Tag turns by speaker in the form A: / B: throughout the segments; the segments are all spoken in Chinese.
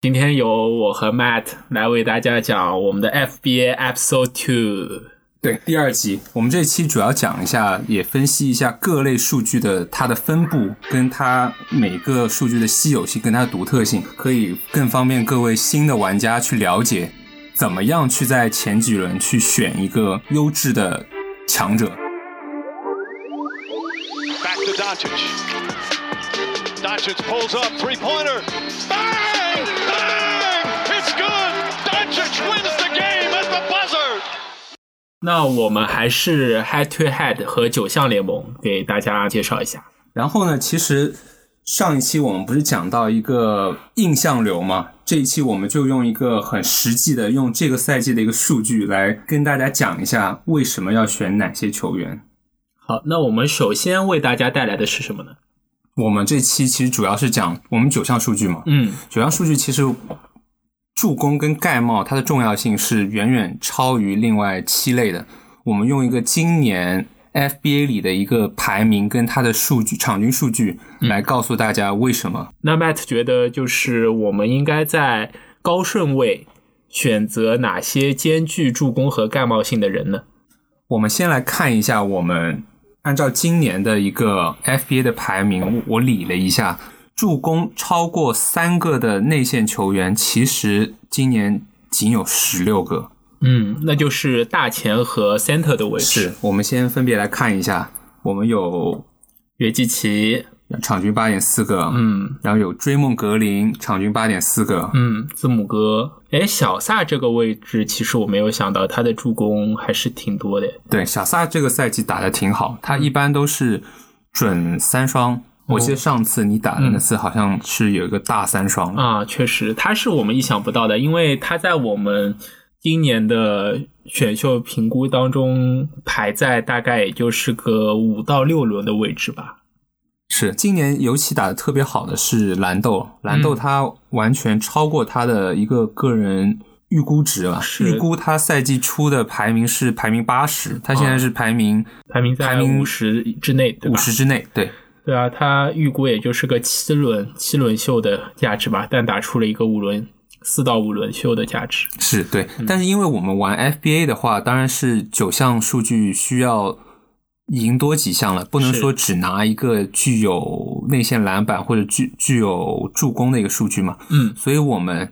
A: 今天由我和 Matt 来为大家讲我们的 FBA Episode Two。
B: 对，第二集，我们这期主要讲一下，也分析一下各类数据的它的分布，跟它每个数据的稀有性跟它的独特性，可以更方便各位新的玩家去了解，怎么样去在前几轮去选一个优质的强者。
C: Back to Doncic. Doncic pulls up, three pointer. Bang! Bang! It's good! Doncic wins the game at the buzzer!
A: 那我们还是 Head to Head 和九项联盟给大家介绍一下。
B: 然后呢，其实上一期我们不是讲到一个印象流嘛？这一期我们就用一个很实际的，用这个赛季的一个数据来跟大家讲一下为什么要选哪些球员。
A: 好，那我们首先为大家带来的是什么呢？
B: 我们这期其实主要是讲我们九项数据嘛，
A: 嗯，
B: 九项数据其实助攻跟盖帽它的重要性是远远超于另外七类的。我们用一个今年 FBA 里的一个排名跟它的数据场均数据来告诉大家为什么。
A: 那 Matt 觉得就是我们应该在高顺位选择哪些兼具助攻和盖帽性的人呢？
B: 我们先来看一下，我们按照今年的一个 FBA 的排名，我理了一下，助攻超过三个的内线球员，其实今年仅有十六个。
A: 嗯，那就是大前和 center 的位置，
B: 我们先分别来看一下，我们有
A: 约基奇，
B: 场均八点四个，
A: 嗯，
B: 然后有追梦格林，场均八点四个，
A: 嗯，字母哥，哎，小萨这个位置，其实我没有想到他的助攻还是挺多的。
B: 对，小萨这个赛季打的挺好，他一般都是准三双。我
A: 哦
B: 记得上次你打的那
A: 嗯
B: 次好像是有一个大三双，
A: 啊，确实，他是我们意想不到的，因为他在我们今年的选秀评估当中排在大概也就是个五到六轮的位置吧。
B: 是今年尤其打的特别好的是蓝豆，蓝
A: 嗯
B: 豆他完全超过他的一个个人预估值了，
A: 是
B: 预估他赛季初的排名是排名八十，他现在是排名
A: 排名
B: 排
A: 在
B: 名
A: 五十之内，啊对
B: 五
A: 吧？
B: 十之内，对。
A: 对啊，他预估也就是个七轮七轮秀的价值吧，但打出了一个五轮四到五轮秀的价值。
B: 是对，
A: 嗯
B: 但是因为我们玩 FBA 的话，当然是九项数据需要赢多几项了，不能
A: 是
B: 说只拿一个具有内线篮板或者具具有助攻的一个数据嘛。
A: 嗯
B: 所以我们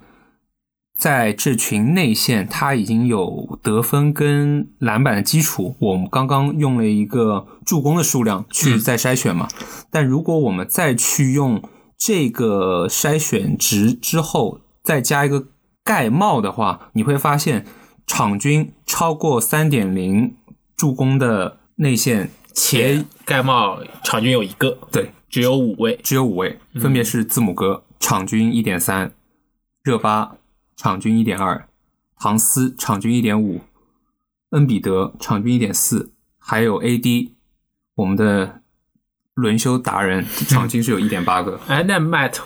B: 在这群内线，他已经有得分跟篮板的基础。我们刚刚用了一个助攻的数量去
A: 嗯
B: 再筛选嘛，但如果我们再去用这个筛选值之后再加一个盖帽的话，你会发现场均超过三点零助攻的内线，
A: 且盖帽场均有一个，
B: 啊对，
A: 只有五位。
B: 只有五位，
A: 嗯
B: 分别是字母哥场均一点三，热巴场均一点二，唐斯场均一点五，恩比德场均一点四，还有 AD，我们的轮休达 人场均是有一点八个。
A: 哎，那 Matt，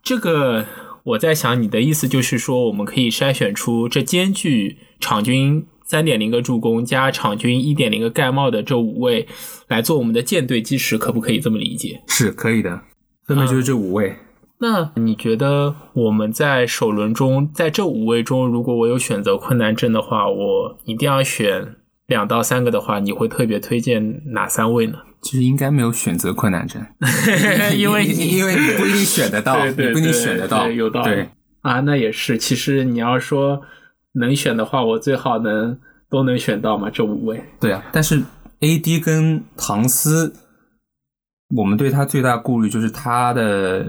A: 这个我在想，你的意思就是说，我们可以筛选出这兼具场均三点零个助攻加场均一点零个盖帽的这五位来做我们的舰队基石，可不可以这么理解？
B: 是可以的，分别就是这五位。
A: 嗯那你觉得我们在首轮中，在这五位中，如果我有选择困难症的话，我一定要选两到三个的话，你会特别推荐哪三位呢？
B: 其实应该没有选择困难 症， 因为你不一定选得到，
A: 对对
B: 你不一定选得到，
A: 对有道理
B: 对
A: 啊，那也是。其实你要说能选的话，我最好能都能选到嘛，这五位。
B: 对啊，但是 AD 跟唐斯，我们对他最大顾虑就是他的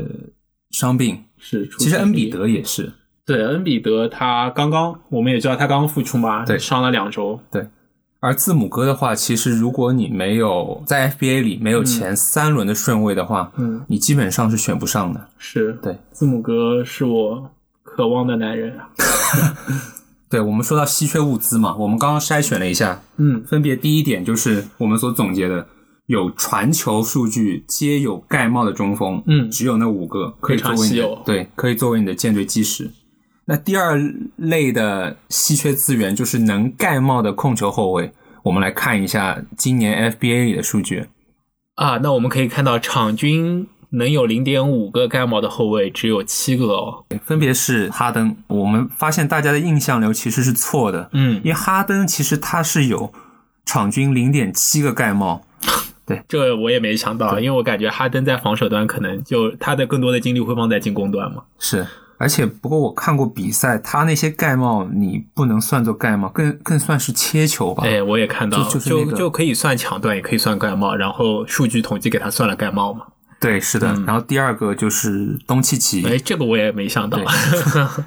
B: 伤病。
A: 是出
B: 其实
A: 其
B: 恩比
A: 一
B: 德也是，
A: 对恩比德，他刚刚我们也知道他刚刚复出嘛，
B: 对
A: 伤了两周，
B: 而字母哥的话，其实如果你没有在 FBA 里没有前三轮的顺位的话，
A: 嗯，
B: 你基本上是选不上的。
A: 是
B: 对
A: 字母哥是我渴望的男人啊，
B: 对我们说到稀缺物资嘛，我们刚刚筛选了一下，
A: 嗯
B: 分别第一点就是我们所总结的，有传球数据皆有盖帽的中锋，
A: 嗯
B: 只有那五个可以作为
A: 非常稀
B: 你
A: 有
B: 的对，可以作为你的舰队基石。那第二类的稀缺资源就是能盖帽的控球后卫。我们来看一下今年 FBA 里的数据，
A: 啊，那我们可以看到场均能有零点五个盖帽的后卫只有七个哦。
B: 分别是哈登。我们发现大家的印象流其实是错的，
A: 嗯
B: 因，为哈登其实他是有场均零点七个盖帽，
A: 这我也没想到，因为我感觉哈登在防守端可能就他的更多的精力会放在进攻端嘛。
B: 是。而且，不过我看过比赛，他那些盖帽你不能算作盖帽，更更算是切球吧。
A: 哎，我也看到了，
B: 就就是那个
A: 就可以算抢断，也可以算盖帽，然后数据统计给他算了盖帽嘛。
B: 对，是的。然后第二个就是东契奇，
A: 嗯哎，这个我也没想到。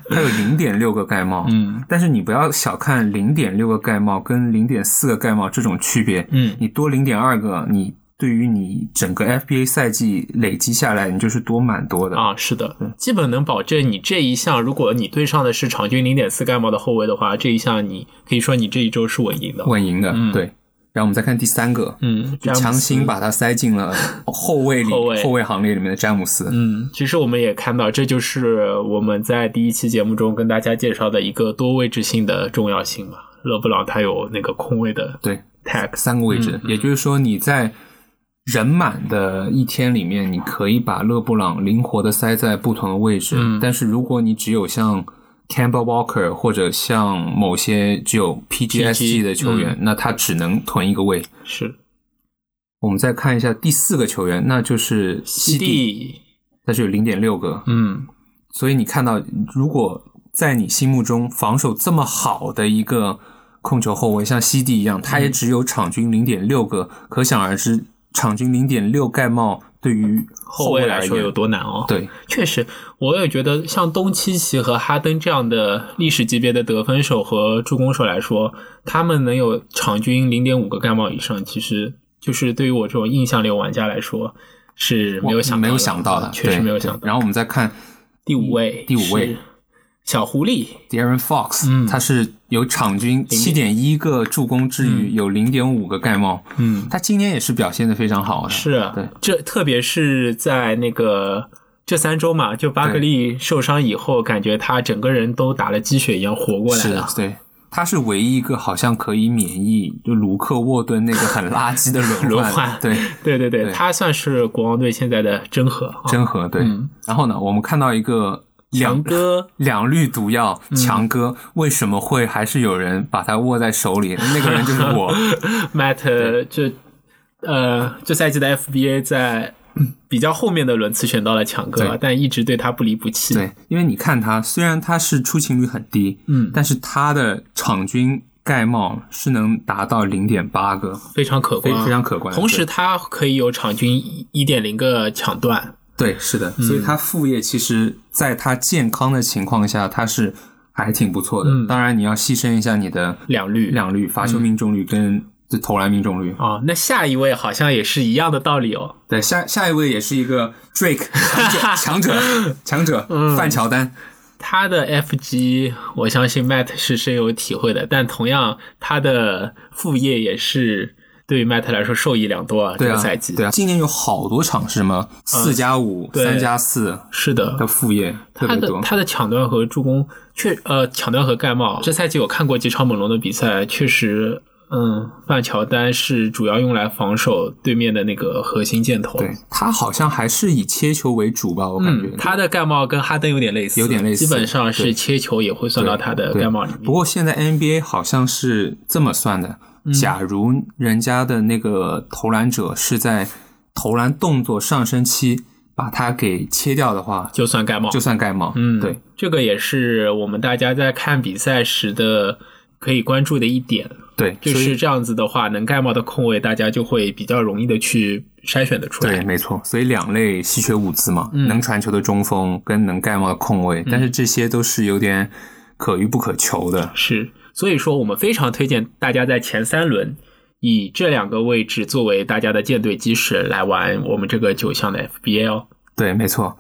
B: 他有零点六个盖帽。
A: 嗯
B: 但是你不要小看零点六个盖帽跟零点四个盖帽这种区别，
A: 嗯
B: 你多零点二个，你对于你整个 FBA 赛季累积下来，你就是多蛮多的。
A: 啊，是的，
B: 嗯
A: 基本能保证你这一项，如果你对上的是场均零点四盖帽的后卫的话，这一项你可以说你这一周是稳赢的。
B: 稳赢的，
A: 嗯
B: 对。然后我们再看第三个，
A: 嗯，
B: 就
A: 詹姆斯
B: 强行把他塞进了后卫里
A: 后卫
B: 后卫行列里面的詹姆斯。
A: 嗯，其实我们也看到，这就是我们在第一期节目中跟大家介绍的一个多位置性的重要性嘛。勒布朗他有那个空位的
B: 对，
A: tag，
B: 三个位
A: 嗯
B: 置，也就是说你在人满的一天里面，你可以把勒布朗灵活的塞在不同的位置。
A: 嗯
B: 但是如果你只有像 Campbell Walker 或者像某些只有 PGSG 的球
A: 嗯
B: 员，那他只能囤一个位。
A: 是
B: 我们再看一下第四个球员，那就是西
A: 西
B: 蒂，
A: 蒂，
B: 他是有零点六个。
A: 嗯，
B: 所以你看到，如果在你心目中防守这么好的一个控球后卫，像西蒂一样，他
A: 嗯
B: 也只有场均零点六个，可想而知，场均零点六盖帽对于
A: 后卫
B: 卫
A: 来
B: 而
A: 说有
B: 言，
A: 多难哦？，
B: 对
A: 确实，我也觉得像东契奇和哈登这样的历史级别的得分手和助攻手来说，他们能有场均零点五个盖帽以上，其实就是对于我这种印象流玩家来说是没有想到啊
B: 没有想到的，
A: 确实
B: 对
A: 没有
B: 对
A: 想到。
B: 然后我们再看
A: 第五位，
B: 第五位，
A: 小狐狸，
B: Darren Fox，、
A: 嗯
B: 他是有场均七点一个助攻之余，有零点五个盖帽，
A: 嗯，
B: 他今年也是表现的非常好的，
A: 是啊
B: 对，
A: 这特别是在那个这三周嘛，就巴格利受伤以后，感觉他整个人都打了鸡血一样活过来
B: 是啊
A: 了。
B: 对，他是唯一一个好像可以免疫就卢克沃顿那个很垃圾的轮换，
A: 轮换
B: 对，
A: 对对对，
B: 对
A: 他算是国王队现在的真核啊，
B: 真核对。
A: 嗯
B: 然后呢，我们看到一个
A: 强
B: 两
A: 哥
B: 两绿毒药
A: 嗯
B: 强哥，为什么会还是有人把他握在手里？那个人就 是我，
A: Matt 这呃这赛季的 FBA 在嗯比较后面的轮次选到了强哥
B: 对，
A: 但一直对他不离不弃。
B: 对，因为你看他，虽然他是出勤率很低，
A: 嗯，
B: 但是他的场均盖帽是能达到零点八个，
A: 非常可
B: 非
A: 观，
B: 非常可观。
A: 同
B: 对
A: 时，他可以有场均一点零个抢断，
B: 对，是的，
A: 嗯
B: 所以他副业其实在他健康的情况下，他是还挺不错的。
A: 嗯
B: 当然，你要牺牲一下你的
A: 两率嗯
B: 两率、罚球命中率跟这投篮命中率。
A: 哦，那下一位好像也是一样的道理哦。
B: 对，下下一位也是一个 Drake 强者，强者，强
A: 嗯
B: 者，范乔丹。
A: 他的 FG，我相信 Matt 是深有体会的，但同样他的副业也是对于 Matt 来说受益良多啊。
B: 对
A: 这
B: 啊
A: 个赛，季，嗯
B: 对啊，今年有好多场是吗？四加五、
A: 对
B: 三加四
A: 是的
B: 的，副业特
A: 他
B: 别
A: 的
B: 多。
A: 他的抢断和助攻确呃抢断和盖帽，这赛季我看过几场猛龙的比赛，确实，嗯，范乔丹是主要用来防守对面的那个核心箭头。
B: 对他好像还是以切球为主吧，我感觉
A: 嗯，他的盖帽跟哈登有点类似，
B: 有点类似
A: 基本上是
B: 对
A: 切球也会算到他的
B: 对
A: 盖帽里面。
B: 不过现在 NBA 好像是这么算的：
A: 嗯
B: 假如人家的那个投篮者是在投篮动作上升期把它给切掉的话，
A: 就算盖帽，
B: 就算盖帽。
A: 嗯，
B: 对，，
A: 这个也是我们大家在看比赛时的可以关注的一点，
B: 对，
A: 就
B: 所以
A: 是这样子的话，能盖帽的空位，大家就会比较容易的去筛选的出
B: 对，
A: 来。
B: 没错。所以两类稀缺物资嘛，
A: 嗯
B: 能传球的中锋跟能盖帽的控卫，但是这些都是有点可遇不可求的。
A: 是，所以说我们非常推荐大家在前三轮以这两个位置作为大家的舰队基石来玩我们这个九项的 FBL。
B: 对，没错。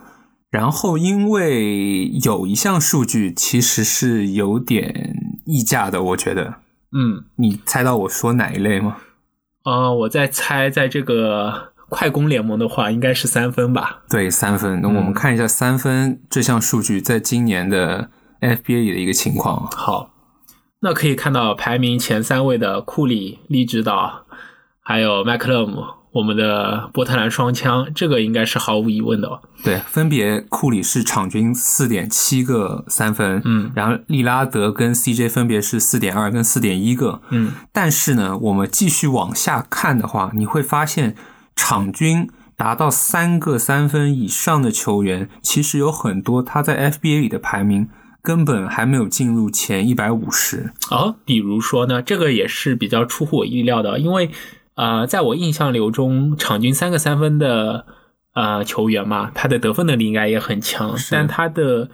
B: 然后，因为有一项数据其实是有点溢价的，我觉得，
A: 嗯，
B: 你猜到我说哪一类吗？
A: 啊、我在猜，在这个快攻联盟的话，应该是三分吧？
B: 对，三分。那我们看一下三分这项数据在今年的 FBA 里的一个情况。啊
A: 好，那可以看到排名前三位的库里、利指导，还有麦克勒姆、我们的波特兰双枪，这个应该是毫无疑问的哦吧？
B: 对，分别库里是场均四点七个三分，嗯，然后利拉德跟 CJ 分别是四点二跟四点一个，
A: 嗯，
B: 但是呢，我们继续往下看的话，你会发现场均达到三个三分以上的球员，其实有很多他在 FBA 里的排名根本还没有进入前一百五十，
A: 哦，比如说呢，这个也是比较出乎我意料的，因为呃，在我印象流中，场均三个三分的呃球员嘛，他的得分能力应该也很强，
B: 是
A: 但他的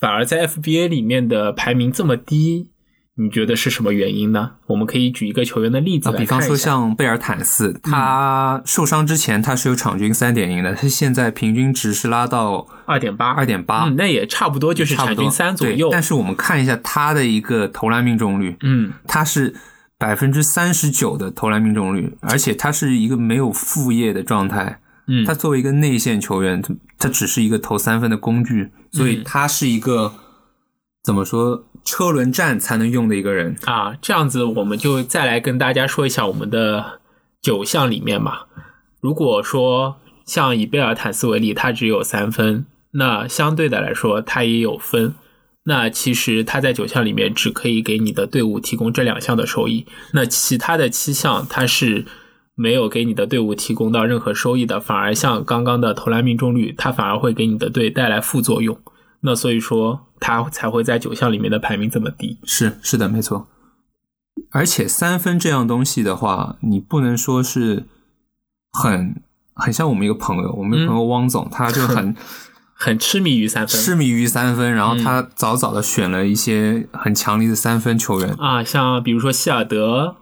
A: 反而在 FBA 里面的排名这么低，你觉得是什么原因呢？我们可以举一个球员的例子
B: 啊，
A: 来
B: 比方
A: 看一
B: 说
A: 下嗯
B: 像贝尔坦斯，他受伤之前他是有场均三点零的，他现在平均值是拉到
A: 二点八，
B: 二点八
A: 嗯，，那也差不多就是
B: 差不
A: 场
B: 多
A: 均三左
B: 对
A: 右。
B: 但是我们看一下他的一个投篮命中率，
A: 嗯，
B: 他是百分之三十九的投篮命中率，而且他是一个没有副业的状态。
A: 嗯
B: 他作为一个内线球员，他他只是一个投三分的工具，所
A: 嗯
B: 以他是一个、怎么说车轮战才能用的一个人。
A: 啊，这样子我们就再来跟大家说一下我们的九项里面吧。如果说像以贝尔坦斯为例，他只有三分，那相对的来说他也有分。那其实他在九项里面只可以给你的队伍提供这两项的收益，那其他的七项他是没有给你的队伍提供到任何收益的，反而像刚刚的投篮命中率，它反而会给你的队带来副作用。那所以说，他才会在九项里面的排名这么低。
B: 是是的，没错。而且三分这样东西的话，你不能说是很很像我们一个朋友，我们一个朋友汪总，他就很
A: 很痴迷于三分，
B: 痴迷于三分，然后他早早的选了一些很强力的三分球员，
A: 啊，像比如说希尔德，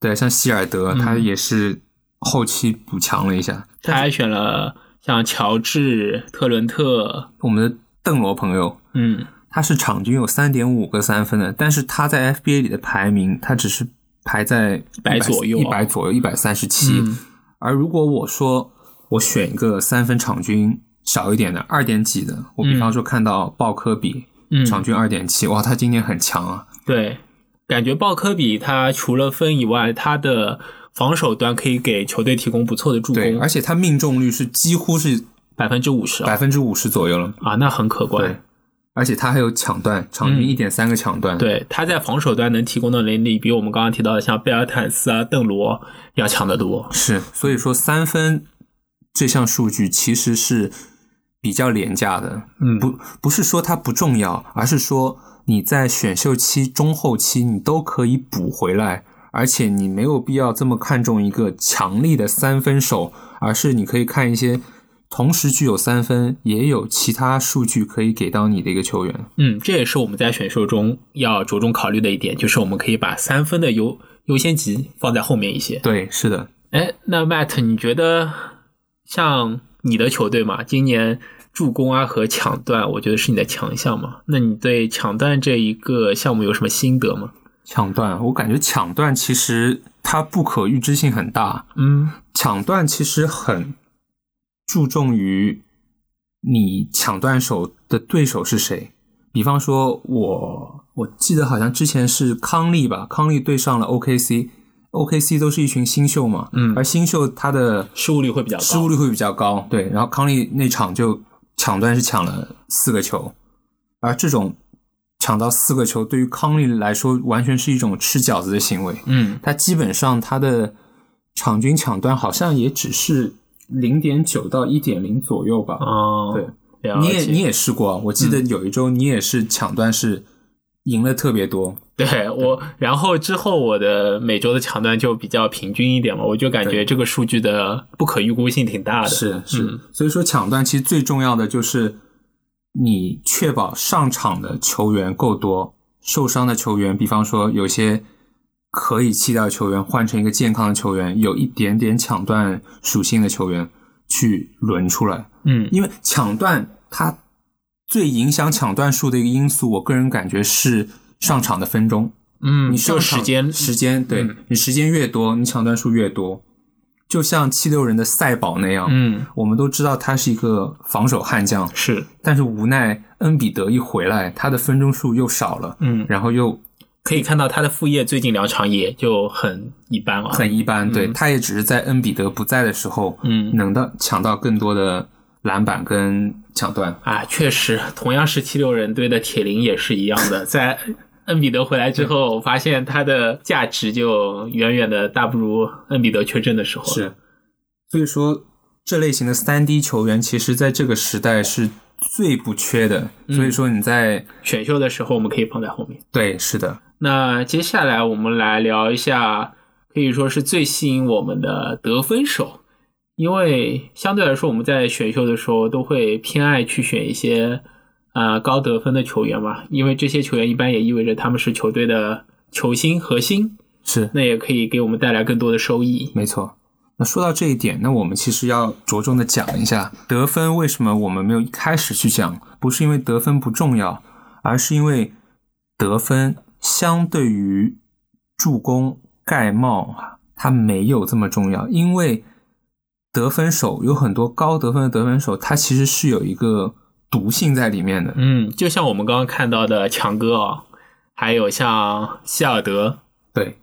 B: 对，像希尔德，他也是后期补强了一下。
A: 他还选了像乔治、特伦特，
B: 我们的邓罗朋友，
A: 嗯，
B: 他是场均有三点五个三分的，但是他在 FBA 里的排名，他只是排在
A: 100左右
B: 一百左右，一百三十七。
A: 嗯
B: 而如果我说我选一个三分场均少一点的，二点几的，我比方说看到鲍科比，
A: 嗯
B: 场均二点七，哇，他今年很强啊。
A: 对，感觉鲍科比他除了分以外，他的防守端可以给球队提供不错的助
B: 对，
A: 攻
B: 而，且他命中率是几乎是
A: 百分之五十
B: 百
A: 啊，
B: 分之五十左右了，
A: 啊那很可观
B: 对。而且他还有抢断，场均一点三个抢
A: 嗯
B: 断。，
A: 对，他在防守端能提供的能力，比我们刚刚提到的像贝尔坦斯啊、邓罗要强得多。
B: 是，所以说三分这项数据其实是比较廉价的，
A: 嗯
B: 不不是说它不重要，而是说你在选秀期中后期你都可以补回来，而且你没有必要这么看重一个强力的三分手，而是你可以看一些同时具有三分也有其他数据可以给到你的一个球员。
A: 嗯，这也是我们在选秀中要着重考虑的一点，就是我们可以把三分的优优先级放在后面一些。
B: 对，是的，
A: 哎，那 Matt，你觉得像你的球队嘛，今年助攻啊和抢断，我觉得是你的强项嘛？那你对抢断这一个项目有什么心得吗？
B: 抢断，我感觉抢断其实它不可预知性很大，
A: 嗯
B: 抢断其实很注重于你抢断手的对手是谁。比方说我，我记得好像之前是康利吧，康利对上了 OKC，OKC 都是一群新秀嘛，
A: 嗯
B: 而新秀他的
A: 失误率会比较高
B: 失误率会比较高，对。然后康利那场就抢断是抢了四个球，而这种抢到四个球对于康利来说完全是一种吃饺子的行为，
A: 嗯
B: 他基本上他的场均抢断好像也只是零点九到一点零左右吧。
A: 哦，
B: 对，
A: 了
B: 你
A: 解，嗯
B: 也你也试过啊，我记得有一周你也是抢断是赢了特别多，
A: 对我，然后之后我的每周的抢断就比较平均一点嘛，我就感觉这个数据的不可预估性挺大的。
B: 是是、
A: 嗯
B: 所以说抢断其实最重要的就是你确保上场的球员够多，受伤的球员，比方说有些。可以弃掉的球员换成一个健康的球员，有一点点抢断属性的球员去轮出来，
A: 嗯
B: 因为抢断它最影响抢断数的一个因素，我个人感觉是上场的分钟。
A: 嗯，
B: 你
A: 就
B: 上场
A: 时间
B: 时间，对、
A: 嗯
B: 你时间越多，你抢断数越多。就像七六人的赛宝那样，
A: 嗯
B: 我们都知道他是一个防守悍将，
A: 是
B: 但是无奈恩比德一回来，他的分钟数又少了，
A: 嗯
B: 然后又
A: 可以看到他的副业最近两场也就很一般了。
B: 很一般。对，他也只是在恩比德不在的时候，
A: 嗯
B: 能到抢到更多的篮板跟抢断。
A: 啊，确实，同样是七六人队的铁林也是一样的，在恩比德回来之后，我发现他的价值就远远的大不如恩比德缺阵的时候。，
B: 是，所以说这类型的三 D 球员，其实在这个时代是最不缺的。所以说你在
A: 选秀的时候我们可以放在后面。
B: 对，是的，
A: 那接下来我们来聊一下，可以说是最吸引我们的得分手，因为相对来说我们在选秀的时候都会偏爱去选一些呃高得分的球员嘛，因为这些球员一般也意味着他们是球队的球星核心，
B: 是
A: 那也可以给我们带来更多的收益。
B: 没错。那说到这一点，那我们其实要着重的讲一下得分为什么我们没有一开始去讲，不是因为得分不重要，而是因为得分相对于助攻、盖帽啊，它没有这么重要，因为得分手有很多高得分的得分手，它其实是有一个毒性在里面的。
A: 嗯，就像我们刚刚看到的强哥哦，还有像希尔德，
B: 对。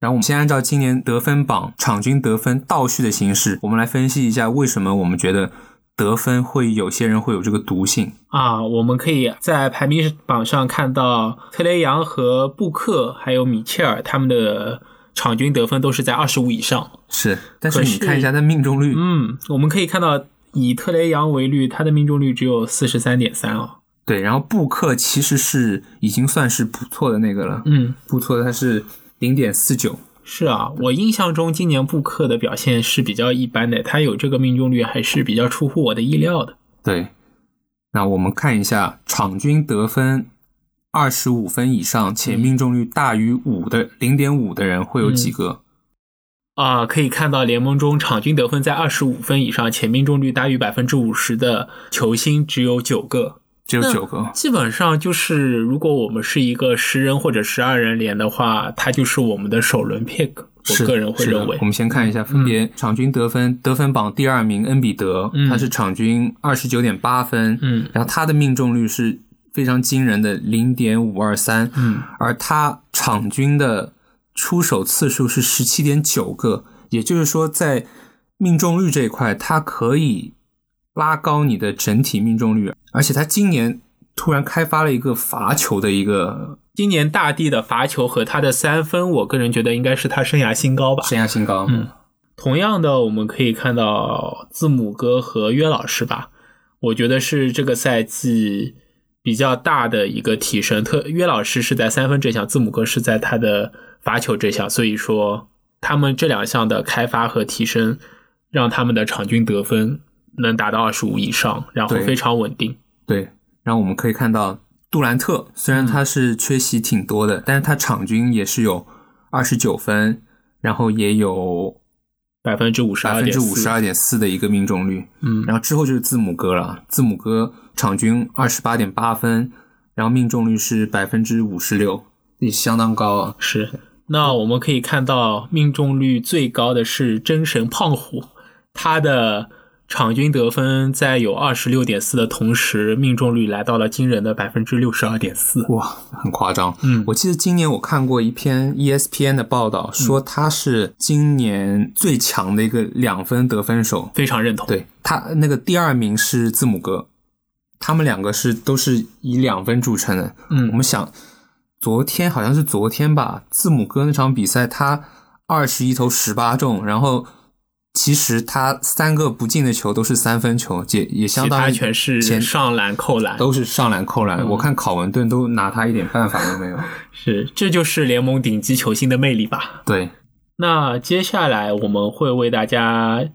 B: 然后我们先按照今年得分榜场均得分倒序的形式，我们来分析一下为什么我们觉得得分会有些人会有这个毒性。
A: 啊，我们可以在排名榜上看到特雷杨和布克，还有米切尔他们的场均得分都是在二十五以上。
B: 是，但是
A: 可
B: 你
A: 是
B: 看一下他命中率，
A: 嗯，我们可以看到，以特雷杨为例，他的命中率只有四十三点三哦。
B: 对，然后布克其实是已经算是不错的那个了，
A: 嗯，
B: 不错的他是零点四九，
A: 是啊，我印象中今年布克的表现是比较一般的，他有这个命中率还是比较出乎我的意料的。
B: 对，那我们看一下场均得分二十五分以
A: 嗯
B: 上且命中率大于五的零点五的人会有几个？
A: 啊，可以看到联盟中场均得分在二十五分以上且命中率大于百分之五十的球星只有九个。
B: 只有
A: 那
B: 九个。
A: 基本上就是，如果我们是一个十人或者十二人连的话，他就是我们的首轮 pick。
B: 是
A: 我个人会
B: 是的
A: 认为
B: 我，们先看一下分别场均得分，得分榜第二名恩比德，
A: 嗯
B: 他是场均二十九点八分，
A: 嗯
B: 然后他的命中率是非常惊人的零点五二三，
A: 嗯，
B: 而他场均的出手次数是十七点九个，也就是说在命中率这一块，他可以拉高你的整体命中率，而且他今年突然开发了一个罚球的一个
A: 今年大帝的罚球和他的三分，我个人觉得应该是他生涯新高吧。
B: 生涯新高，
A: 嗯同样的，我们可以看到字母哥和约老师吧，我觉得是这个赛季比较大的一个提升。特约老师是在三分这项，字母哥是在他的罚球这项，所以说他们这两项的开发和提升，让他们的场均得分能达到二十五以上，然后
B: 对
A: 非常稳定。
B: 对，然后我们可以看到杜兰特，虽
A: 嗯
B: 然他是缺席挺多的，但是他场均也是有二十九分，然后也有
A: 百分之五十
B: 百
A: 二
B: 分
A: 点
B: 之五十
A: 四，
B: 二点四的一个命中率。
A: 嗯，
B: 然后之后就是字母哥了，字母哥场均二十八点八分，然后命中率是百分之五十六，也相当高啊。
A: 是。那我们可以看到，命中率最高的是真神胖虎，他的场均得分在有二十六点四的同时，命中率来到了惊人的百分之六十二点四。
B: 哇，很夸张。
A: 嗯
B: 我记得今年我看过一篇 E ESPN 的报道，说
A: 嗯
B: 他是今年最强的一个两分得分手。
A: 非常认同。，
B: 对他那个第二名是字母哥，他们两个是都是以两分著称的。
A: 嗯
B: 我们想，昨天好像是昨天吧，字母哥那场比赛他二十一投十八中，然后其实他三个不进的球都是三分球，也也相
A: 其
B: 当
A: 他
B: 于
A: 全是
B: 前
A: 上篮、嗯扣篮，
B: 都是上篮扣篮。我看考文顿都拿他一点办法都没有。
A: 是这就是联盟顶级球星的魅力吧。
B: 对，
A: 那接下来我们会为大家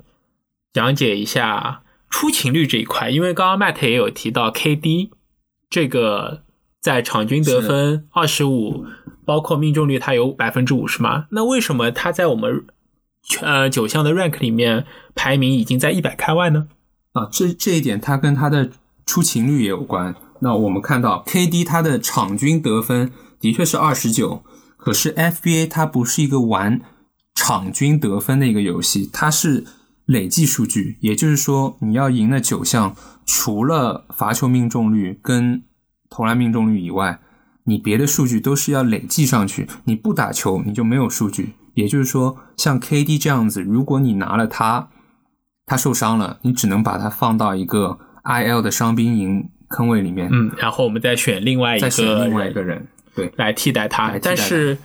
A: 讲解一下出勤率这一块，因为刚刚 Matt 也有提到 KD 这个在场均得分二十五，包括命中率它有百分之五十嘛？那为什么它在我们呃九项的 rank 里面排名已经在一百开外呢？
B: 啊，这这一点它跟它的出勤率也有关。那我们看到 KD 它的场均得分的确是二十九，可是 FBA 它不是一个玩场均得分的一个游戏，它是累计数据，也就是说你要赢的九项，除了罚球命中率跟投篮命中率以外，你别的数据都是要累计上去，你不打球你就没有数据。也就是说，像 KD 这样子，如果你拿了他，他受伤了，你只能把他放到一个 IL 的伤兵营坑位里面，
A: 嗯，然后我们再选另外一
B: 再
A: 个
B: 选另外一
A: 人
B: 个人。对，
A: 来替代他。
B: 来替代
A: 但
B: 他
A: 是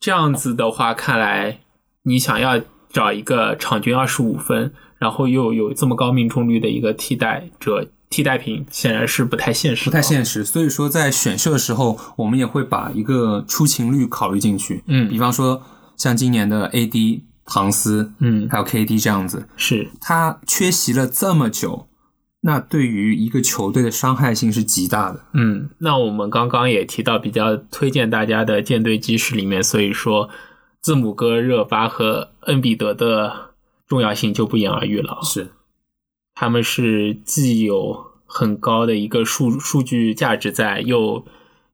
A: 这样子的话，看来你想要找一个场均二十五分，然后又有这么高命中率的一个替代者、替代品，显然是不太现实
B: 不
A: 的，
B: 太现实。所以说，在选秀的时候，我们也会把一个出勤率考虑进去。
A: 嗯
B: 比方说像今年的 AD 唐斯，
A: 嗯
B: 还有 KD 这样子，
A: 是
B: 他缺席了这么久，那对于一个球队的伤害性是极大的。
A: 嗯，那我们刚刚也提到，比较推荐大家的舰队基石里面，所以说字母哥、热巴和恩比德的重要性就不言而喻了。
B: 是，
A: 他们是既有很高的一个数数据价值在，又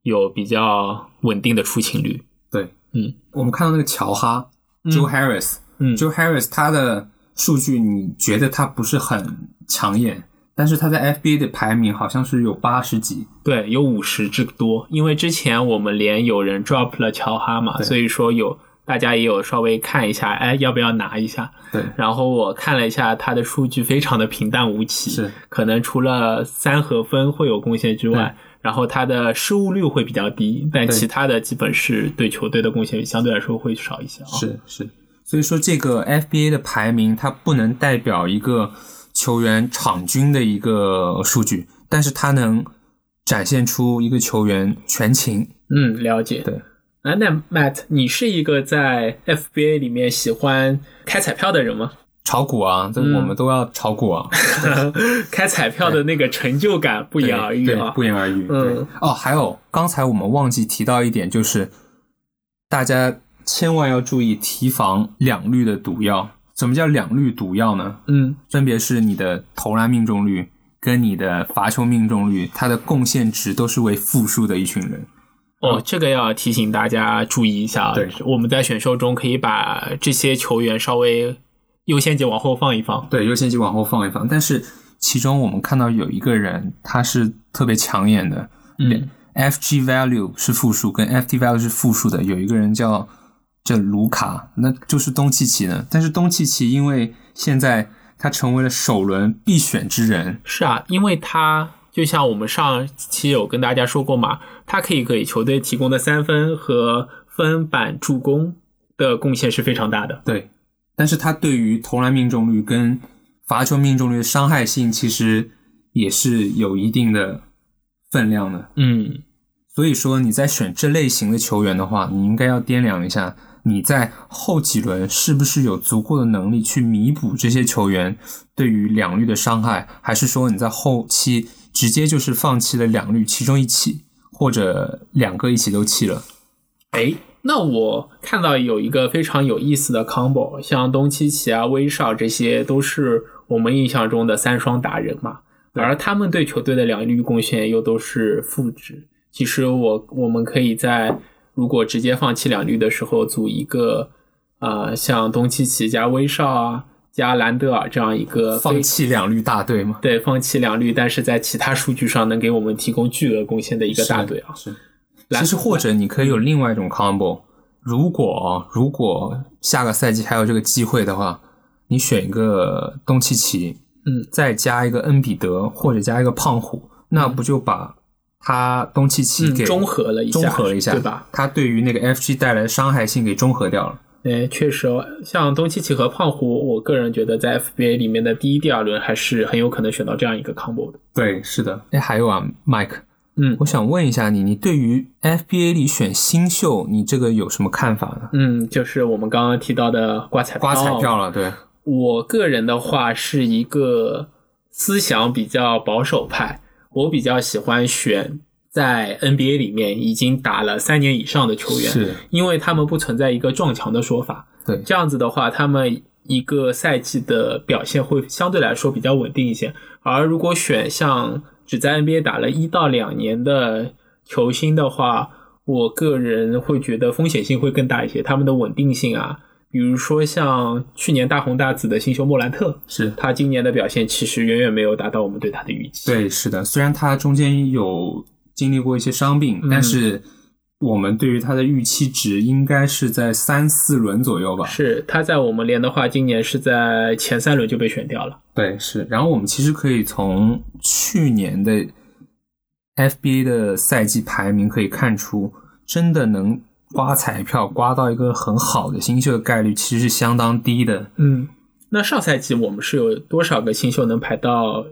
A: 有比较稳定的出勤率。
B: 对，
A: 嗯，
B: 我们看到那个乔哈、Joe Harris，
A: 嗯，
B: Joe Harris 他的数据你觉得他不是很抢眼，但是他在 FBA 的排名好像是有八十几，
A: 对，有五十之多。因为之前我们连有人 drop 了乔哈嘛，
B: 对
A: 所以说有大家也有稍微看一下，哎，要不要拿一下？
B: 对，
A: 然后我看了一下他的数据，非常的平淡无奇，
B: 是
A: 可能除了三和分会有贡献之外，然后他的失误率会比较低，但
B: 对
A: 其他的基本是对球队的贡献相对来说会少一些啊。
B: 是是，所以说这个 FBA 的排名它不能代表一个球员场均的一个数据，但是它能展现出一个球员全勤。
A: 嗯，了解。
B: 对，
A: 啊，那 Matt，你是一个在 FBA 里面喜欢开彩票的人吗？
B: 炒股啊，这我们
A: 嗯
B: 都要炒股啊，
A: 开彩票的那个成就感 不
B: 不
A: 言而喻啊。
B: 不言而喻。
A: 嗯
B: 对，哦，还有刚才我们忘记提到一点，就是大家千万要注意提防两率的毒药。什么叫两率毒药呢？
A: 嗯
B: 分别是你的投篮命中率跟你的罚球命中率，它的贡献值都是为负数的一群人。
A: 哦，这个要提醒大家注意一下啊。
B: 对
A: 我们在选秀中可以把这些球员稍微优先级往后放一放。
B: 对，优先级往后放一放。但是其中我们看到有一个人，他是特别抢眼的，
A: 嗯
B: FG value 是负数，跟 FT value 是负数的。有一个人叫叫卢卡，那就是东契奇呢。但是东契奇因为现在他成为了首轮必选之人，
A: 是啊，因为他就像我们上期有跟大家说过嘛，他可以给球队提供的三分和分板助攻的贡献是非常大的。
B: 对，但是他对于投篮命中率跟罚球命中率的伤害性其实也是有一定的分量的。
A: 嗯，
B: 所以说你在选这类型的球员的话，你应该要掂量一下，你在后几轮是不是有足够的能力去弥补这些球员对于两率的伤害，还是说你在后期直接就是放弃了两率其中一起，或者两个一起都弃了？
A: 哎，那我看到有一个非常有意思的 combo，像东契奇啊、威少这些都是我们印象中的三双达人嘛，而他们对球队的两率贡献又都是负值。其实我我们可以在如果直接放弃两率的时候，组一个啊、呃像东契奇加威少啊加兰德尔这样一个非
B: 放弃两率大队吗？
A: 对放弃两率，但是在其他数据上能给我们提供巨额贡献的一个大队啊。
B: 是。
A: 来
B: 其实或者你可以有另外一种 combo，如果如果下个赛季还有这个机会的话，你选一个东契奇，
A: 嗯，
B: 再加一个恩比德或者加一个胖虎，那不就把他东契奇
A: 嗯，
B: 给
A: 中和了一下，
B: 中和了一下，
A: 对吧？？
B: 他对于那个 FG 带来的伤害性给中和掉了。
A: 哎，确实哦，像东契奇和胖虎，我个人觉得在 FBA 里面的第一、第二轮还是很有可能选到这样一个 combo 的。
B: 对，是的。哎，还有啊，Mike，
A: 嗯
B: 我想问一下你，你对于 FBA 里选新秀，你这个有什么看法呢？
A: 嗯，就是我们刚刚提到的刮彩票。
B: 刮彩票了，对，
A: 我个人的话是一个思想比较保守派，我比较喜欢选在 NBA 里面已经打了三年以上的球员，
B: 是，
A: 因为他们不存在一个撞墙的说法。
B: 对，
A: 这样子的话，他们一个赛季的表现会相对来说比较稳定一些。而如果选像只在 NBA 打了一到两年的球星的话，我个人会觉得风险性会更大一些，他们的稳定性啊，比如说像去年大红大紫的新秀莫兰特，
B: 是。
A: 他今年的表现其实远远没有达到我们对他的预期。，
B: 对，是的，虽然他中间有经历过一些伤病，
A: 嗯
B: 但是我们对于他的预期值应该是在三四轮左右吧？
A: 是他在我们联的话，今年是在前三轮就被选掉了。
B: 对，是。然后我们其实可以从去年的 FBA 的赛季排名可以看出，真的能刮彩票刮到一个很好的新秀的概率其实是相当低的。
A: 嗯，那上赛季我们是有多少个新秀能排到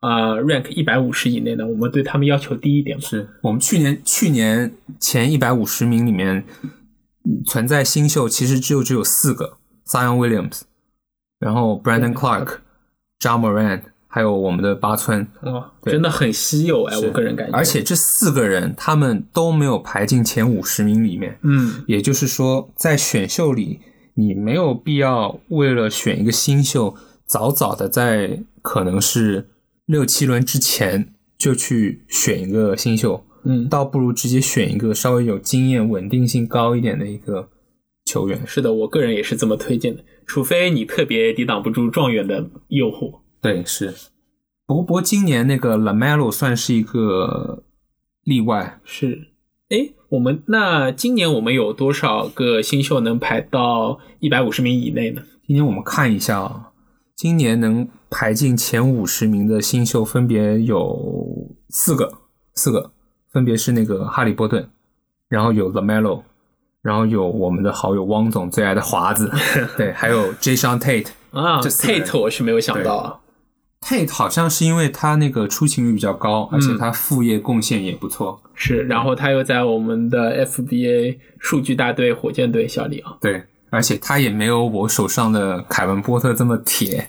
A: 啊、呃 rank 一百五十以内呢？我们对他们要求低一点吧。
B: 是我们去年去年前一百五十名里面嗯存在新秀，其实就只有四个：Zion Williams，然后 Brandon Clark、Ja Moran，还有我们的八村。
A: 哦，
B: 对
A: 真的很稀有哎，
B: 是
A: 我个人感觉。
B: 而且，这四个人他们都没有排进前五十名里面，
A: 嗯，
B: 也就是说，在选秀里，你没有必要为了选一个新秀，早早的在可能是六七轮之前就去选一个新秀，
A: 嗯，
B: 倒不如直接选一个稍微有经验、稳定性高一点的一个球员。
A: 是的，我个人也是这么推荐的，除非你特别抵挡不住状元的诱惑。
B: 对，是。不过，不过今年那个 Lamelo 算是一个例外，
A: 是，哎，我们那今年我们有多少个新秀能排到一百五十名以内呢？
B: 今天我们看一下啊，今年能排进前五十名的新秀分别有四个，四个分别是那个哈利波顿，然后有 Lamelo，然后有我们的好友汪总最爱的华子，对，还有 Jason Tate。
A: 啊
B: 这四个人
A: ，Tate 我是没有想到啊。
B: Tate 好像是因为他那个出勤率比较高，而且他副业贡献也不错。
A: 是，然后他又在我们的 FBA 数据大队火箭队效力啊。
B: 对，而且他也没有我手上的凯文波特这么铁，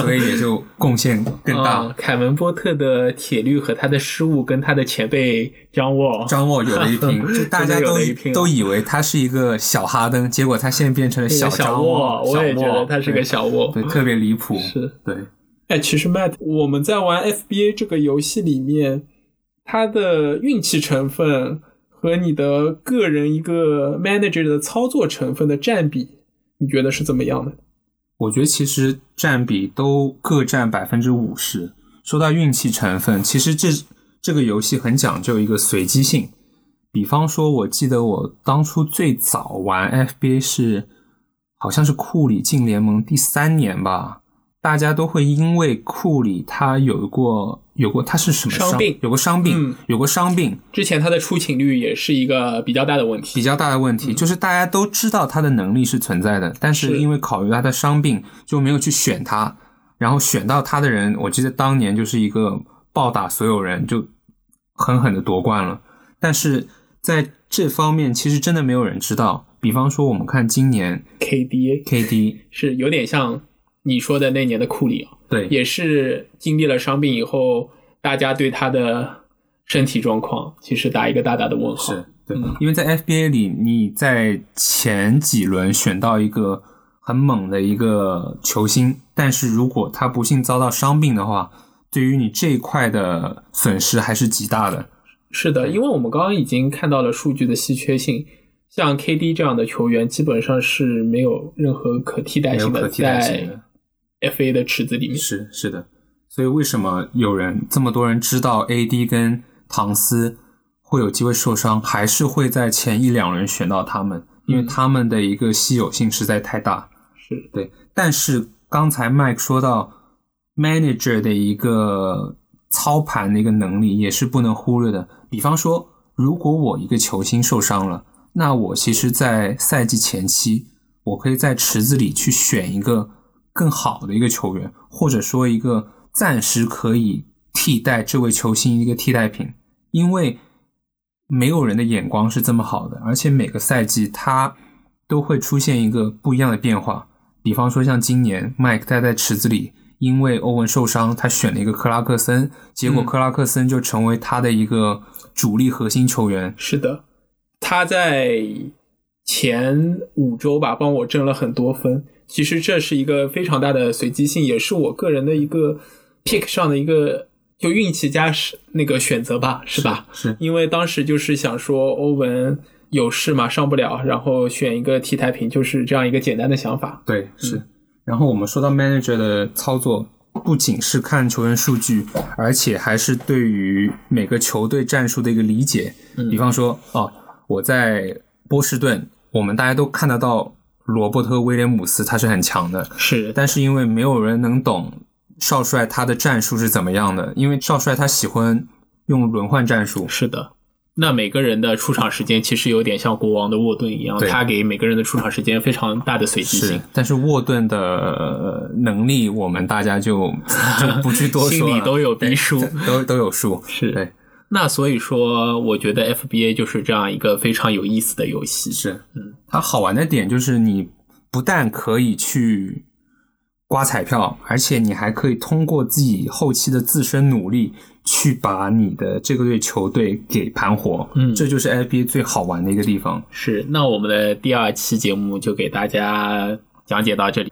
B: 所以也就贡献更大。
A: 啊凯文波特的铁律和他的失误，跟他的前辈张沃，
B: 张沃有了一拼，就大家
A: 真的有
B: 都
A: 了一拼
B: 都以为他是一个小哈登，结果他现在变成了
A: 那个小
B: 张沃，
A: 我也觉
B: 小
A: 得
B: 沃
A: 他是个小沃。
B: 对，对特别离谱，
A: 是，
B: 对，
A: 哎，其实 Matt，我们在玩 FBA 这个游戏里面，它的运气成分和你的个人一个 manager 的操作成分的占比，你觉得是怎么样的？
B: 我觉得其实占比都各占百分之五十。说到运气成分，其实这这个游戏很讲究一个随机性。比方说，我记得我当初最早玩 FBA 是，好像是库里进联盟第三年吧，大家都会因为库里他有过有过他是什么
A: 伤病
B: 有过伤病，
A: 嗯
B: 有过伤病，
A: 之前他的出勤率也是一个比较大的问题。
B: 比较大的问题，就是大家都知道他的能力是存在的，但是
A: 是
B: 因为考虑到他的伤病，就没有去选他。然后选到他的人，我记得当年就是一个暴打所有人，就狠狠的夺冠了。但是在这方面，其实真的没有人知道。比方说，我们看今年
A: KDA
B: KD，
A: 是有点像你说的那年的库里啊，
B: 对
A: 也是经历了伤病以后，大家对他的身体状况其实打一个大大的问号。
B: 是对
A: 嗯，
B: 因为在 FBA 里，你在前几轮选到一个很猛的一个球星，但是如果他不幸遭到伤病的话，对于你这一块的损失还是极大的。
A: 是的，
B: 对
A: 因为我们刚刚已经看到了数据的稀缺性，像 KD 这样的球员基本上是没有任何可替代性
B: 没有
A: 的，
B: 可替代性的
A: 在 FA 的池子里面。
B: 是是的，所以为什么有人这么多人知道 AD 跟唐斯会有机会受伤，还是会在前一两轮选到他们？因为
A: 嗯
B: 他们的一个稀有性实在太大。
A: 是
B: 对，但是刚才 Mike 说到 manager 的一个操盘的一个能力也是不能忽略的。比方说，如果我一个球星受伤了，那我其实，在赛季前期，我可以在池子里去选一个更好的一个球员，或者说一个暂时可以替代这位球星一个替代品，因为没有人的眼光是这么好的，而且每个赛季他都会出现一个不一样的变化。比方说像今年麦克他在池子里，因为欧文受伤，他选了一个克拉克森，结果
A: 嗯
B: 克拉克森就成为他的一个主力核心球员。
A: 是的，他在前五周吧，帮我挣了很多分。其实这是一个非常大的随机性，也是我个人的一个 pick 上的一个就运气加是那个选择吧，是吧？
B: 是
A: 因为当时就是想说欧文有事嘛，上不了，然后选一个替代品，就是这样一个简单的想法。
B: 对，是。然后我们说到 manager 的操作，不仅是看球员数据，嗯而且还是对于每个球队战术的一个理解。比方说，哦，我在波士顿，我们大家都看得到罗伯特·威廉姆斯他是很强的，
A: 是
B: 但是因为没有人能懂少帅他的战术是怎么样的，因为少帅他喜欢用轮换战术，
A: 是的。那每个人的出场时间其实有点像国王的沃顿一样，
B: 对
A: 他给每个人的出场时间非常大的随机
B: 是
A: 性，，
B: 但是沃顿的呃能力我们大 家就就不去多说了，
A: 心里都有逼数
B: 对都都有 数，
A: 是
B: 对。
A: 那所以说，我觉得 FBA 就是这样一个非常有意思的游戏。
B: 是，嗯它好玩的点就是你不但可以去刮彩票，而且你还可以通过自己后期的自身努力去把你的这个队球队给盘活，
A: 嗯
B: 这就是 NBA 最好玩的一个地方。
A: 是，那我们的第二期节目就给大家讲解到这里。